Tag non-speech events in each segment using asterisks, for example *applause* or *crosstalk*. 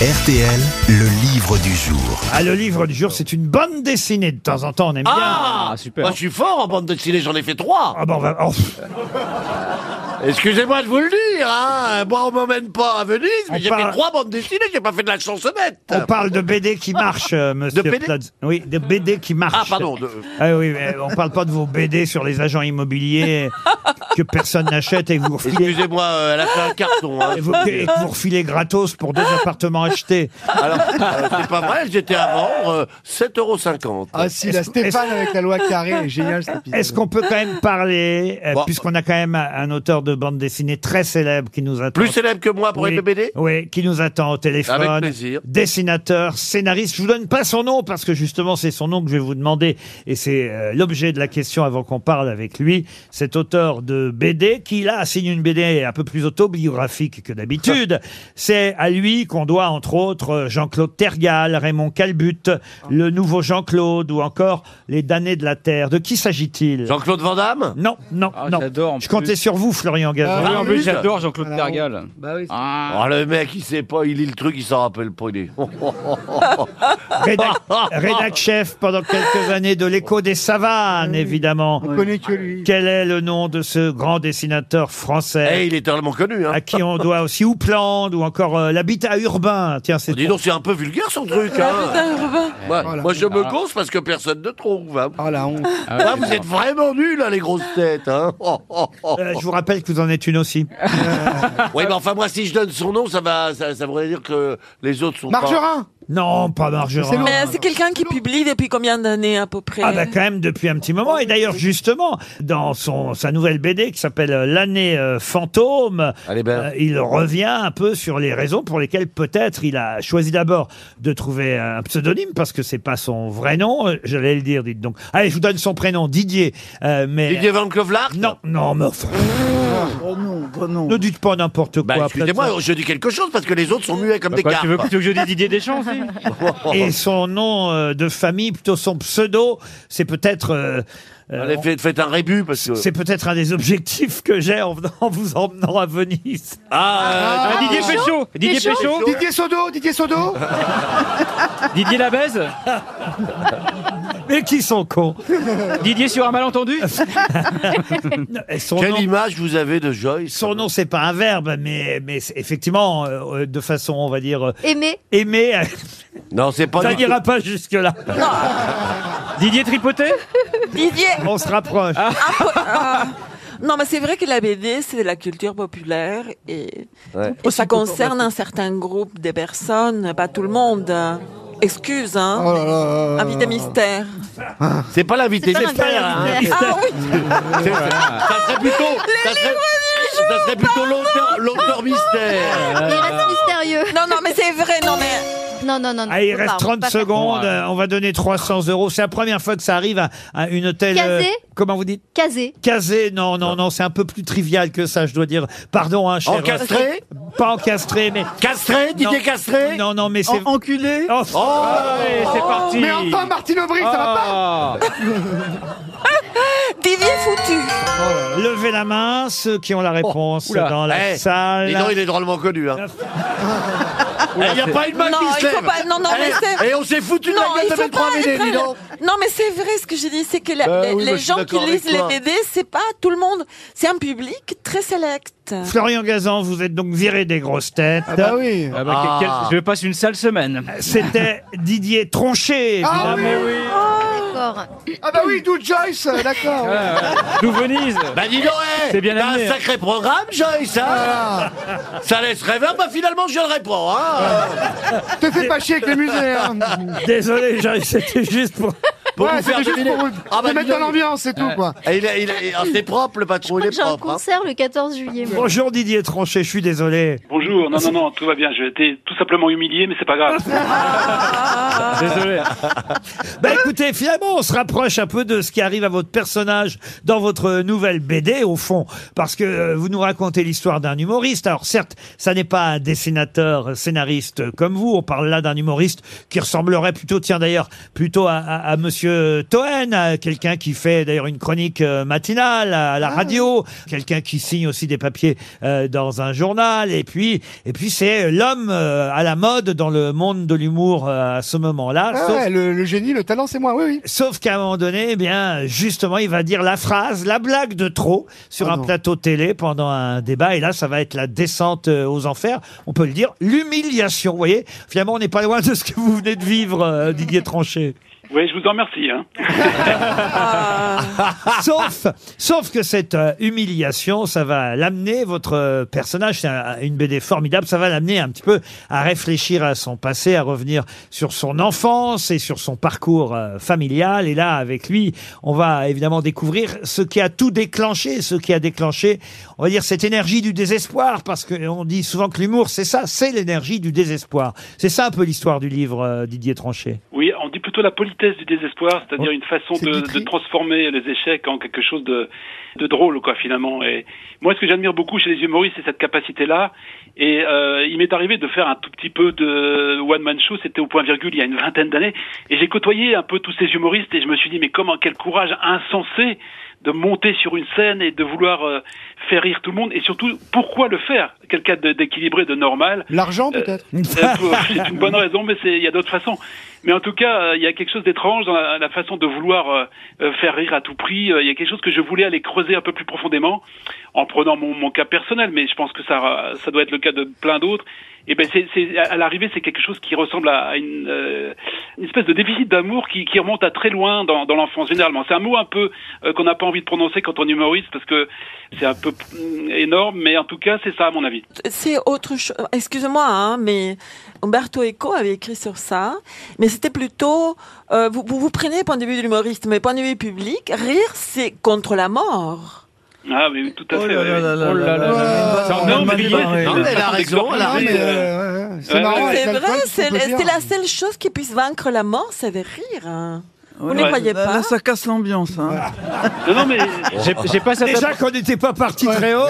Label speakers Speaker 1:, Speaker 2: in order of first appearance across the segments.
Speaker 1: RTL, le livre du jour.
Speaker 2: Ah, le livre du jour, c'est une bande dessinée. De temps en temps, on aime bien.
Speaker 3: Ah, super. Moi, je suis fort en bande dessinée, j'en ai fait trois.
Speaker 2: Ah bon, on va- oh,
Speaker 3: Excusez-moi de vous le dire, hein. Moi, on m'emmène pas à Venise, mais
Speaker 2: On
Speaker 3: j'ai
Speaker 2: parle-
Speaker 3: fait trois bandes dessinées, j'ai pas fait de la chansonnette.
Speaker 2: on parle de BD qui marche, euh, monsieur
Speaker 3: BD?
Speaker 2: Plaza. Oui, de BD qui marche.
Speaker 3: Ah, pardon. de-
Speaker 2: Ah oui, mais on parle pas de vos BD sur les agents immobiliers que personne n'achète et que vous refilez,
Speaker 3: Excusez-moi, euh, elle a fait un carton. hein.
Speaker 2: et vous, et que vous refilez gratos pour deux appartements achetés.
Speaker 3: Alors, euh, c'est pas vrai, j'étais à vendre euh, 7,50€.
Speaker 4: Ah si, la Stéphane avec la loi carrée est géniale cet épisode.
Speaker 2: Est-ce qu'on peut quand même parler, euh,
Speaker 3: Bon.
Speaker 2: puisqu'on a quand même un auteur de bande dessinée très célèbre qui nous attend
Speaker 3: Plus célèbre que moi pour
Speaker 2: oui,
Speaker 3: être BD
Speaker 2: Oui, qui nous attend au téléphone.
Speaker 3: Avec plaisir.
Speaker 2: Dessinateur, scénariste. Je vous donne pas son nom parce que justement c'est son nom que je vais vous demander et c'est euh, l'objet de la question avant qu'on parle avec lui. Cet auteur de BD qui là signe une BD un peu plus autobiographique que
Speaker 5: *laughs*
Speaker 2: d'habitude. c'est à lui qu'on doit entre autres euh, Jean-Claude Tergal, Raymond Calbutte, le nouveau Jean-Claude ou encore les damnés de la terre. De qui s'agit-il
Speaker 3: Jean-Claude Van Damme
Speaker 2: Non, non,
Speaker 5: Ah,
Speaker 2: non.
Speaker 5: j'adore, en
Speaker 2: Je comptais
Speaker 5: plus.
Speaker 2: sur vous, Florian Gazan.
Speaker 4: Ah,
Speaker 5: Oui, en plus,
Speaker 3: oui,
Speaker 5: j'adore Jean-Claude
Speaker 4: Alors,
Speaker 5: Tergal.
Speaker 4: Bah oui,
Speaker 5: Ah,
Speaker 3: Oh, le mec, il sait pas, il lit le truc, il s'en rappelle pas. Il est... *laughs*
Speaker 5: *laughs*
Speaker 2: Rédac, rédac chef pendant quelques années de l'écho des savanes, évidemment.
Speaker 4: on connaît que lui.
Speaker 2: Quel est le nom de ce grand dessinateur français
Speaker 3: Eh, il est tellement connu, hein.
Speaker 2: à qui on doit aussi Oupland ou encore euh, l'habitat urbain Tiens, c'est
Speaker 3: Dis donc, c'est un peu vulgaire son truc, hein. Moi,
Speaker 4: Voilà.
Speaker 3: moi, je me gosse parce que personne ne trouve. hein.
Speaker 4: Oh la honte.
Speaker 5: ah,
Speaker 3: Ah,
Speaker 5: ouais,
Speaker 3: vous êtes vraiment nuls, hein, les grosses têtes. Hein *laughs* Oh, oh, oh.
Speaker 2: Euh, je vous rappelle que vous en êtes une aussi.
Speaker 3: Oui, mais enfin, moi, si je donne son nom, ça, va, ça, ça voudrait dire que les autres sont. pas...
Speaker 4: Margerin
Speaker 2: Non, pas Margerin.
Speaker 4: l'autre.
Speaker 6: Mais c'est quelqu'un qui publie depuis combien d'années à peu près
Speaker 2: Ah bah quand même depuis un petit moment. Et d'ailleurs justement, dans son, sa nouvelle BD qui s'appelle euh, L'année euh, fantôme,
Speaker 3: Allez, ben.
Speaker 2: euh, il revient un peu sur les raisons pour lesquelles peut-être il a choisi d'abord de trouver un pseudonyme parce que c'est pas son vrai nom, euh, j'allais le dire, dites donc. Allez, je vous donne son prénom, Didier. Euh, mais
Speaker 3: Didier Van Clevelaert
Speaker 2: Non, non, mais enfin,
Speaker 4: Oh non, oh non.
Speaker 2: ne dites pas n'importe quoi.
Speaker 3: Bah, excusez-moi,
Speaker 2: après
Speaker 3: je dis quelque chose parce que les autres sont muets comme
Speaker 5: Bah,
Speaker 3: des
Speaker 5: quoi, tu veux
Speaker 3: carpes.
Speaker 5: plutôt que je dise Didier Deschamps aussi
Speaker 2: ça. Et son nom euh, de famille, plutôt son pseudo, c'est peut-être. euh, euh,
Speaker 3: Allez, faites, faites un rébut parce que.
Speaker 2: C'est peut-être un des objectifs que j'ai en, venant- en vous emmenant à Venise.
Speaker 3: Ah, euh,
Speaker 5: Ah, Didier Péchaud Didier Péchaud
Speaker 4: Didier Sodo, Didier Sodo
Speaker 5: Didier Labèze
Speaker 2: Mais qui sont cons
Speaker 5: Didier sur un malentendu
Speaker 2: Et son
Speaker 3: quelle
Speaker 2: nom-
Speaker 3: image vous avez de Joyce
Speaker 2: Son nom, c'est pas un verbe, mais, mais c'est- effectivement, euh, euh, de façon, on va dire, euh,
Speaker 7: Aimer.
Speaker 2: aimée,
Speaker 3: Oh, Non, c'est pas.
Speaker 2: ça
Speaker 3: du tout.
Speaker 2: n'ira pas jusque-là.
Speaker 5: Didier Tripoté
Speaker 6: Didier
Speaker 2: On se rapproche.
Speaker 3: Ah.
Speaker 6: Non, mais c'est vrai que la BD, c'est de la culture populaire et,
Speaker 3: Ouais.
Speaker 6: et ça concerne un certain groupe de personnes, pas tout le monde. Excuse, hein.
Speaker 4: Oh là là.
Speaker 6: Invité mystère.
Speaker 3: C'est pas l'invité
Speaker 7: C'est pas
Speaker 3: mystère,
Speaker 7: l'invité
Speaker 3: hein.
Speaker 6: Ah oui,
Speaker 3: C'est- Ça serait plutôt. Ça serait, ça serait plutôt l'auteur-
Speaker 2: Euh,
Speaker 3: l'auteur
Speaker 2: Ah
Speaker 3: mystère.
Speaker 7: Il reste mystérieux.
Speaker 6: non, non, mais c'est vrai, non, mais.
Speaker 7: Non, non, non. non,
Speaker 2: Ah, il
Speaker 7: faut pas,
Speaker 2: reste
Speaker 7: on peut
Speaker 2: 30
Speaker 7: pas faire.
Speaker 2: secondes,
Speaker 5: Ouais.
Speaker 2: euh, on va donner 300 euros. C'est la première fois que ça arrive à, à une telle... euh,
Speaker 7: Casé
Speaker 2: comment vous dites
Speaker 7: Casé.
Speaker 2: Casé, non, non, non, c'est un peu plus trivial que ça, je dois dire. Pardon, hein, cher...
Speaker 3: Encastré
Speaker 2: Pas encastré, mais...
Speaker 3: Castré Didier
Speaker 2: Non.
Speaker 3: Castré
Speaker 2: Non, non, mais c'est...
Speaker 4: Enculé
Speaker 2: Oh,
Speaker 5: Allez, c'est parti
Speaker 4: Mais enfin, Martine Aubry, ça va pas
Speaker 5: Ah.
Speaker 6: Didier foutu.
Speaker 2: Levez la main, ceux qui ont la réponse
Speaker 5: oula.
Speaker 2: dans la
Speaker 3: Eh,
Speaker 2: salle.
Speaker 3: Dis donc, il est drôlement connu.
Speaker 2: *laughs*
Speaker 3: Hein. Il n'y a pas une main
Speaker 6: Non,
Speaker 3: qui se
Speaker 6: il faut
Speaker 3: lève.
Speaker 6: pas- non, non, mais
Speaker 3: Eh,
Speaker 6: c'est-
Speaker 3: Et on s'est foutu de la gueule,
Speaker 6: il
Speaker 3: ça
Speaker 6: faut
Speaker 3: fait 3
Speaker 6: pas
Speaker 3: minutes,
Speaker 6: être
Speaker 3: dis
Speaker 6: un-
Speaker 3: donc.
Speaker 6: Non, mais c'est vrai ce que j'ai dit, c'est que la-
Speaker 3: Bah
Speaker 6: les,
Speaker 3: oui,
Speaker 6: les
Speaker 3: moi, je suis
Speaker 6: gens qui
Speaker 3: d'accord avec
Speaker 6: lisent les
Speaker 3: toi.
Speaker 6: BD, c'est pas tout le monde. C'est un public très sélect.
Speaker 3: *laughs*
Speaker 2: Florian Gazan, vous êtes donc viré des grosses têtes.
Speaker 4: Ah bah oui.
Speaker 5: Ah bah, quel- quel- Je passe une sale semaine.
Speaker 2: C'était Didier Tronchet,
Speaker 4: Ah
Speaker 2: évidemment.
Speaker 4: oui,
Speaker 7: D'accord.
Speaker 4: ah bah oui, d'où Joyce, d'accord.
Speaker 5: D'où Venise
Speaker 3: Bah dis donc, eh,
Speaker 5: C'est bien
Speaker 3: t'as
Speaker 5: amené,
Speaker 3: un
Speaker 5: hein.
Speaker 3: sacré programme, Joyce. Hein
Speaker 4: Ah,
Speaker 3: ça laisse rêveur, bah finalement, je le réponds. Hein
Speaker 4: te fais pas chier avec les musées. Hein.
Speaker 2: Désolé, Jean, c'était juste pour.
Speaker 3: pour
Speaker 4: Ouais,
Speaker 3: vous faire
Speaker 4: c'était juste
Speaker 3: deviner.
Speaker 4: pour
Speaker 3: Ah bah
Speaker 4: te
Speaker 3: dis
Speaker 4: mettre dans
Speaker 3: donc.
Speaker 4: l'ambiance et tout, quoi.
Speaker 3: Eh, il est- il est- ah, c'est propre, le patron, il est
Speaker 7: J'ai un
Speaker 3: propre. hein.
Speaker 7: concert le 14 juillet. moi.
Speaker 2: Bonjour Didier Tronchet, je suis désolé.
Speaker 8: Bonjour, non, non, non, tout va bien. J'ai été tout simplement humilié, mais c'est pas grave.
Speaker 5: *laughs* Désolé.
Speaker 2: Bah écoutez, finalement, on se rapproche un peu de ce qui arrive à votre personnage dans votre nouvelle BD, au fond, parce que euh, vous nous racontez l'histoire d'un humoriste. Alors certes, ça n'est pas un dessinateur, euh, scénariste comme vous. On parle là d'un humoriste qui ressemblerait plutôt, tiens d'ailleurs, plutôt à, à, à Monsieur Monsieur Toen, euh, quelqu'un qui fait d'ailleurs une chronique euh, matinale à,
Speaker 4: Ah
Speaker 2: à la radio, quelqu'un qui signe aussi des papiers euh, dans un journal, et puis et puis c'est l'homme euh, à la mode dans le monde de l'humour euh, à ce moment-là.
Speaker 4: Ah
Speaker 2: sauf
Speaker 4: ouais, le, le génie, le talent, c'est moi, oui, oui.
Speaker 2: Sauf qu'à un moment donné, eh bien, justement, il va dire la phrase, la blague de trop sur
Speaker 4: Oh
Speaker 2: un
Speaker 4: non.
Speaker 2: plateau télé pendant un débat. Et là, ça va être la descente euh, aux enfers. On peut le dire, l'humiliation. Vous voyez, finalement, on n'est pas loin de ce que vous venez de vivre, euh, Didier Tranchet.
Speaker 8: Oui, je vous en remercie. Hein.
Speaker 6: Ah.
Speaker 2: sauf, sauf que cette euh, humiliation, ça va l'amener, votre euh, personnage, c'est un- une BD formidable, ça va l'amener un petit peu à réfléchir à son passé, à revenir sur son enfance et sur son parcours euh, familial. Et là, avec lui, on va évidemment découvrir ce qui a tout déclenché, ce qui a déclenché, on va dire, cette énergie du désespoir, parce qu'on dit souvent que l'humour, c'est ça, c'est l'énergie du désespoir. C'est ça un peu l'histoire du livre, euh, Didier Tranchet.
Speaker 8: Oui, on dit plutôt la politesse du désespoir,
Speaker 5: Oh,
Speaker 8: c'est-à-dire une façon
Speaker 4: c'est
Speaker 8: de,
Speaker 4: Guitry.
Speaker 8: de transformer les échecs en quelque chose de, de drôle, quoi, finalement. Et moi, ce que j'admire beaucoup chez les humoristes, c'est cette capacité-là. Et euh, il m'est arrivé de faire un tout petit peu de one-man show, c'était au point virgule il y a une vingtaine d'années, et j'ai côtoyé un peu tous ces humoristes, et je me suis dit, mais comment, quel courage insensé de monter sur une scène et de vouloir euh, faire rire tout le monde, et surtout, pourquoi le faire Quelqu'un de- d'équilibré, de normal,
Speaker 4: L'argent, peut-être
Speaker 8: euh, faut- c'est une bonne raison, mais c'est- il y a d'autres façons. Mais en tout cas, euh, il y a quelque chose d'étrange dans la, la façon de vouloir euh, euh, faire rire à tout prix. Euh, Il y a quelque chose que je voulais aller creuser un peu plus profondément en prenant mon, mon cas personnel, mais je pense que ça, euh, ça doit être le cas de plein d'autres. Et ben, c'est, c'est- à à l'arrivée, c'est quelque chose qui ressemble à à une, euh, une espèce de déficit d'amour qui, qui remonte à très loin dans, dans l'enfance généralement. C'est un mot un peu euh, qu'on n'a pas envie de prononcer quand on est humoriste parce que c'est un peu mm, énorme, mais en tout cas, c'est ça à mon avis.
Speaker 6: c'est autre chose. Excusez-moi, hein, mais Umberto Eco avait écrit sur ça. Mais c'était plutôt, euh, vous, vous vous prenez point de vue de l'humoriste, mais point de vue public, rire, c'est contre la mort.
Speaker 8: Ah, mais oui, tout à fait. ouais, ouais.
Speaker 5: Oh là là là. Ça en a
Speaker 8: Non, mais
Speaker 5: oublié.
Speaker 8: l'idée, c'est
Speaker 5: Non,
Speaker 8: de-
Speaker 9: elle a raison, elle a
Speaker 4: Non, mais,
Speaker 9: raison.
Speaker 4: euh, ouais, ouais, c'est
Speaker 8: Ouais,
Speaker 4: marrant.
Speaker 8: ouais.
Speaker 4: avec
Speaker 6: c'est
Speaker 4: l'alcool,
Speaker 6: vrai,
Speaker 4: tout
Speaker 6: c'est
Speaker 4: peut dire.
Speaker 6: c'est la seule chose qui puisse vaincre la mort, c'est de rire. hein. Vous ne
Speaker 8: Ouais.
Speaker 6: croyez
Speaker 9: Là,
Speaker 6: pas
Speaker 9: là, ça casse l'ambiance. Hein.
Speaker 8: Non, non, mais
Speaker 5: J'ai j'ai pas cette
Speaker 2: Déjà qu'on n'était pas parti très haut.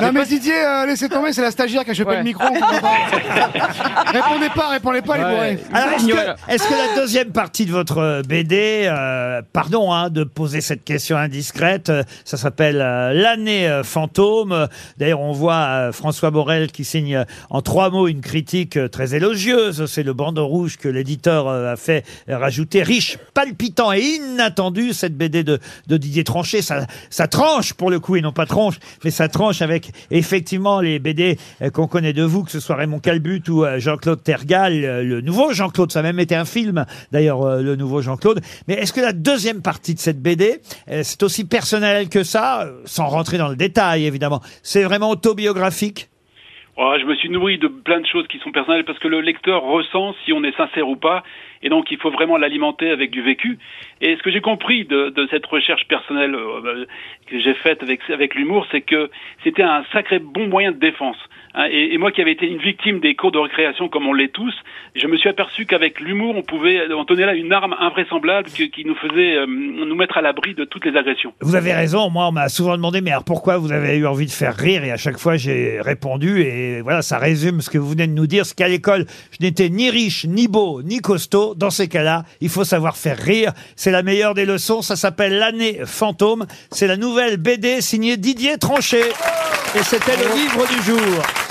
Speaker 4: Non, mais Didier, euh, laissez tomber, c'est la stagiaire qui a chopé
Speaker 5: Ouais.
Speaker 4: le micro. on comprend pas. répondez pas, répondez pas, les
Speaker 5: Ouais.
Speaker 4: bourrés.
Speaker 2: Alors, est-ce
Speaker 5: Ignorer.
Speaker 2: que, est-ce que la deuxième partie de votre euh, BD, euh, pardon hein, de poser cette question indiscrète, euh, ça s'appelle euh, L'année euh, fantôme. Euh, D'ailleurs, on voit euh, François Borel qui signe euh, en trois mots une critique euh, très élogieuse. C'est le bandeau rouge que l'éditeur euh, a fait rajouter. Riche, palpitant et inattendu, cette BD de, de Didier Tranchet. Ça, ça tranche pour le coup, et non pas tronche, mais ça tranche avec effectivement les BD euh, qu'on connaît de vous, que ce soit Raymond Calbut ou euh, Jean-Claude Tergal, euh, le nouveau Jean-Claude, ça a même été un film d'ailleurs, euh, le nouveau Jean-Claude. Mais est-ce que la deuxième partie de cette BD, euh, c'est aussi personnel que ça, euh, sans rentrer dans le détail évidemment, c'est vraiment autobiographique
Speaker 8: oh, je me suis nourri de plein de choses qui sont personnelles parce que le lecteur ressent si on est sincère ou pas, et donc il faut vraiment l'alimenter avec du vécu. Et ce que j'ai compris de, de cette recherche personnelle euh, euh, que j'ai faite avec, avec l'humour, c'est que c'était un sacré bon moyen de défense. hein. et, et moi qui avais été une victime des cours de récréation comme on l'est tous, je me suis aperçu qu'avec l'humour, on pouvait, on tenait là une arme invraisemblable que- qui nous faisait euh, nous mettre à l'abri de toutes les agressions.
Speaker 2: Vous avez raison, moi on m'a souvent demandé mais alors pourquoi vous avez eu envie de faire rire et à chaque fois j'ai répondu et voilà ça résume ce que vous venez de nous dire, c'est qu'à l'école je n'étais ni riche, ni beau, ni costaud, dans ces cas-là il faut savoir faire rire, c'est la meilleure des leçons, ça s'appelle l'année fantôme, c'est la nouvelle BD signée Didier Tranchet et c'était le livre du jour.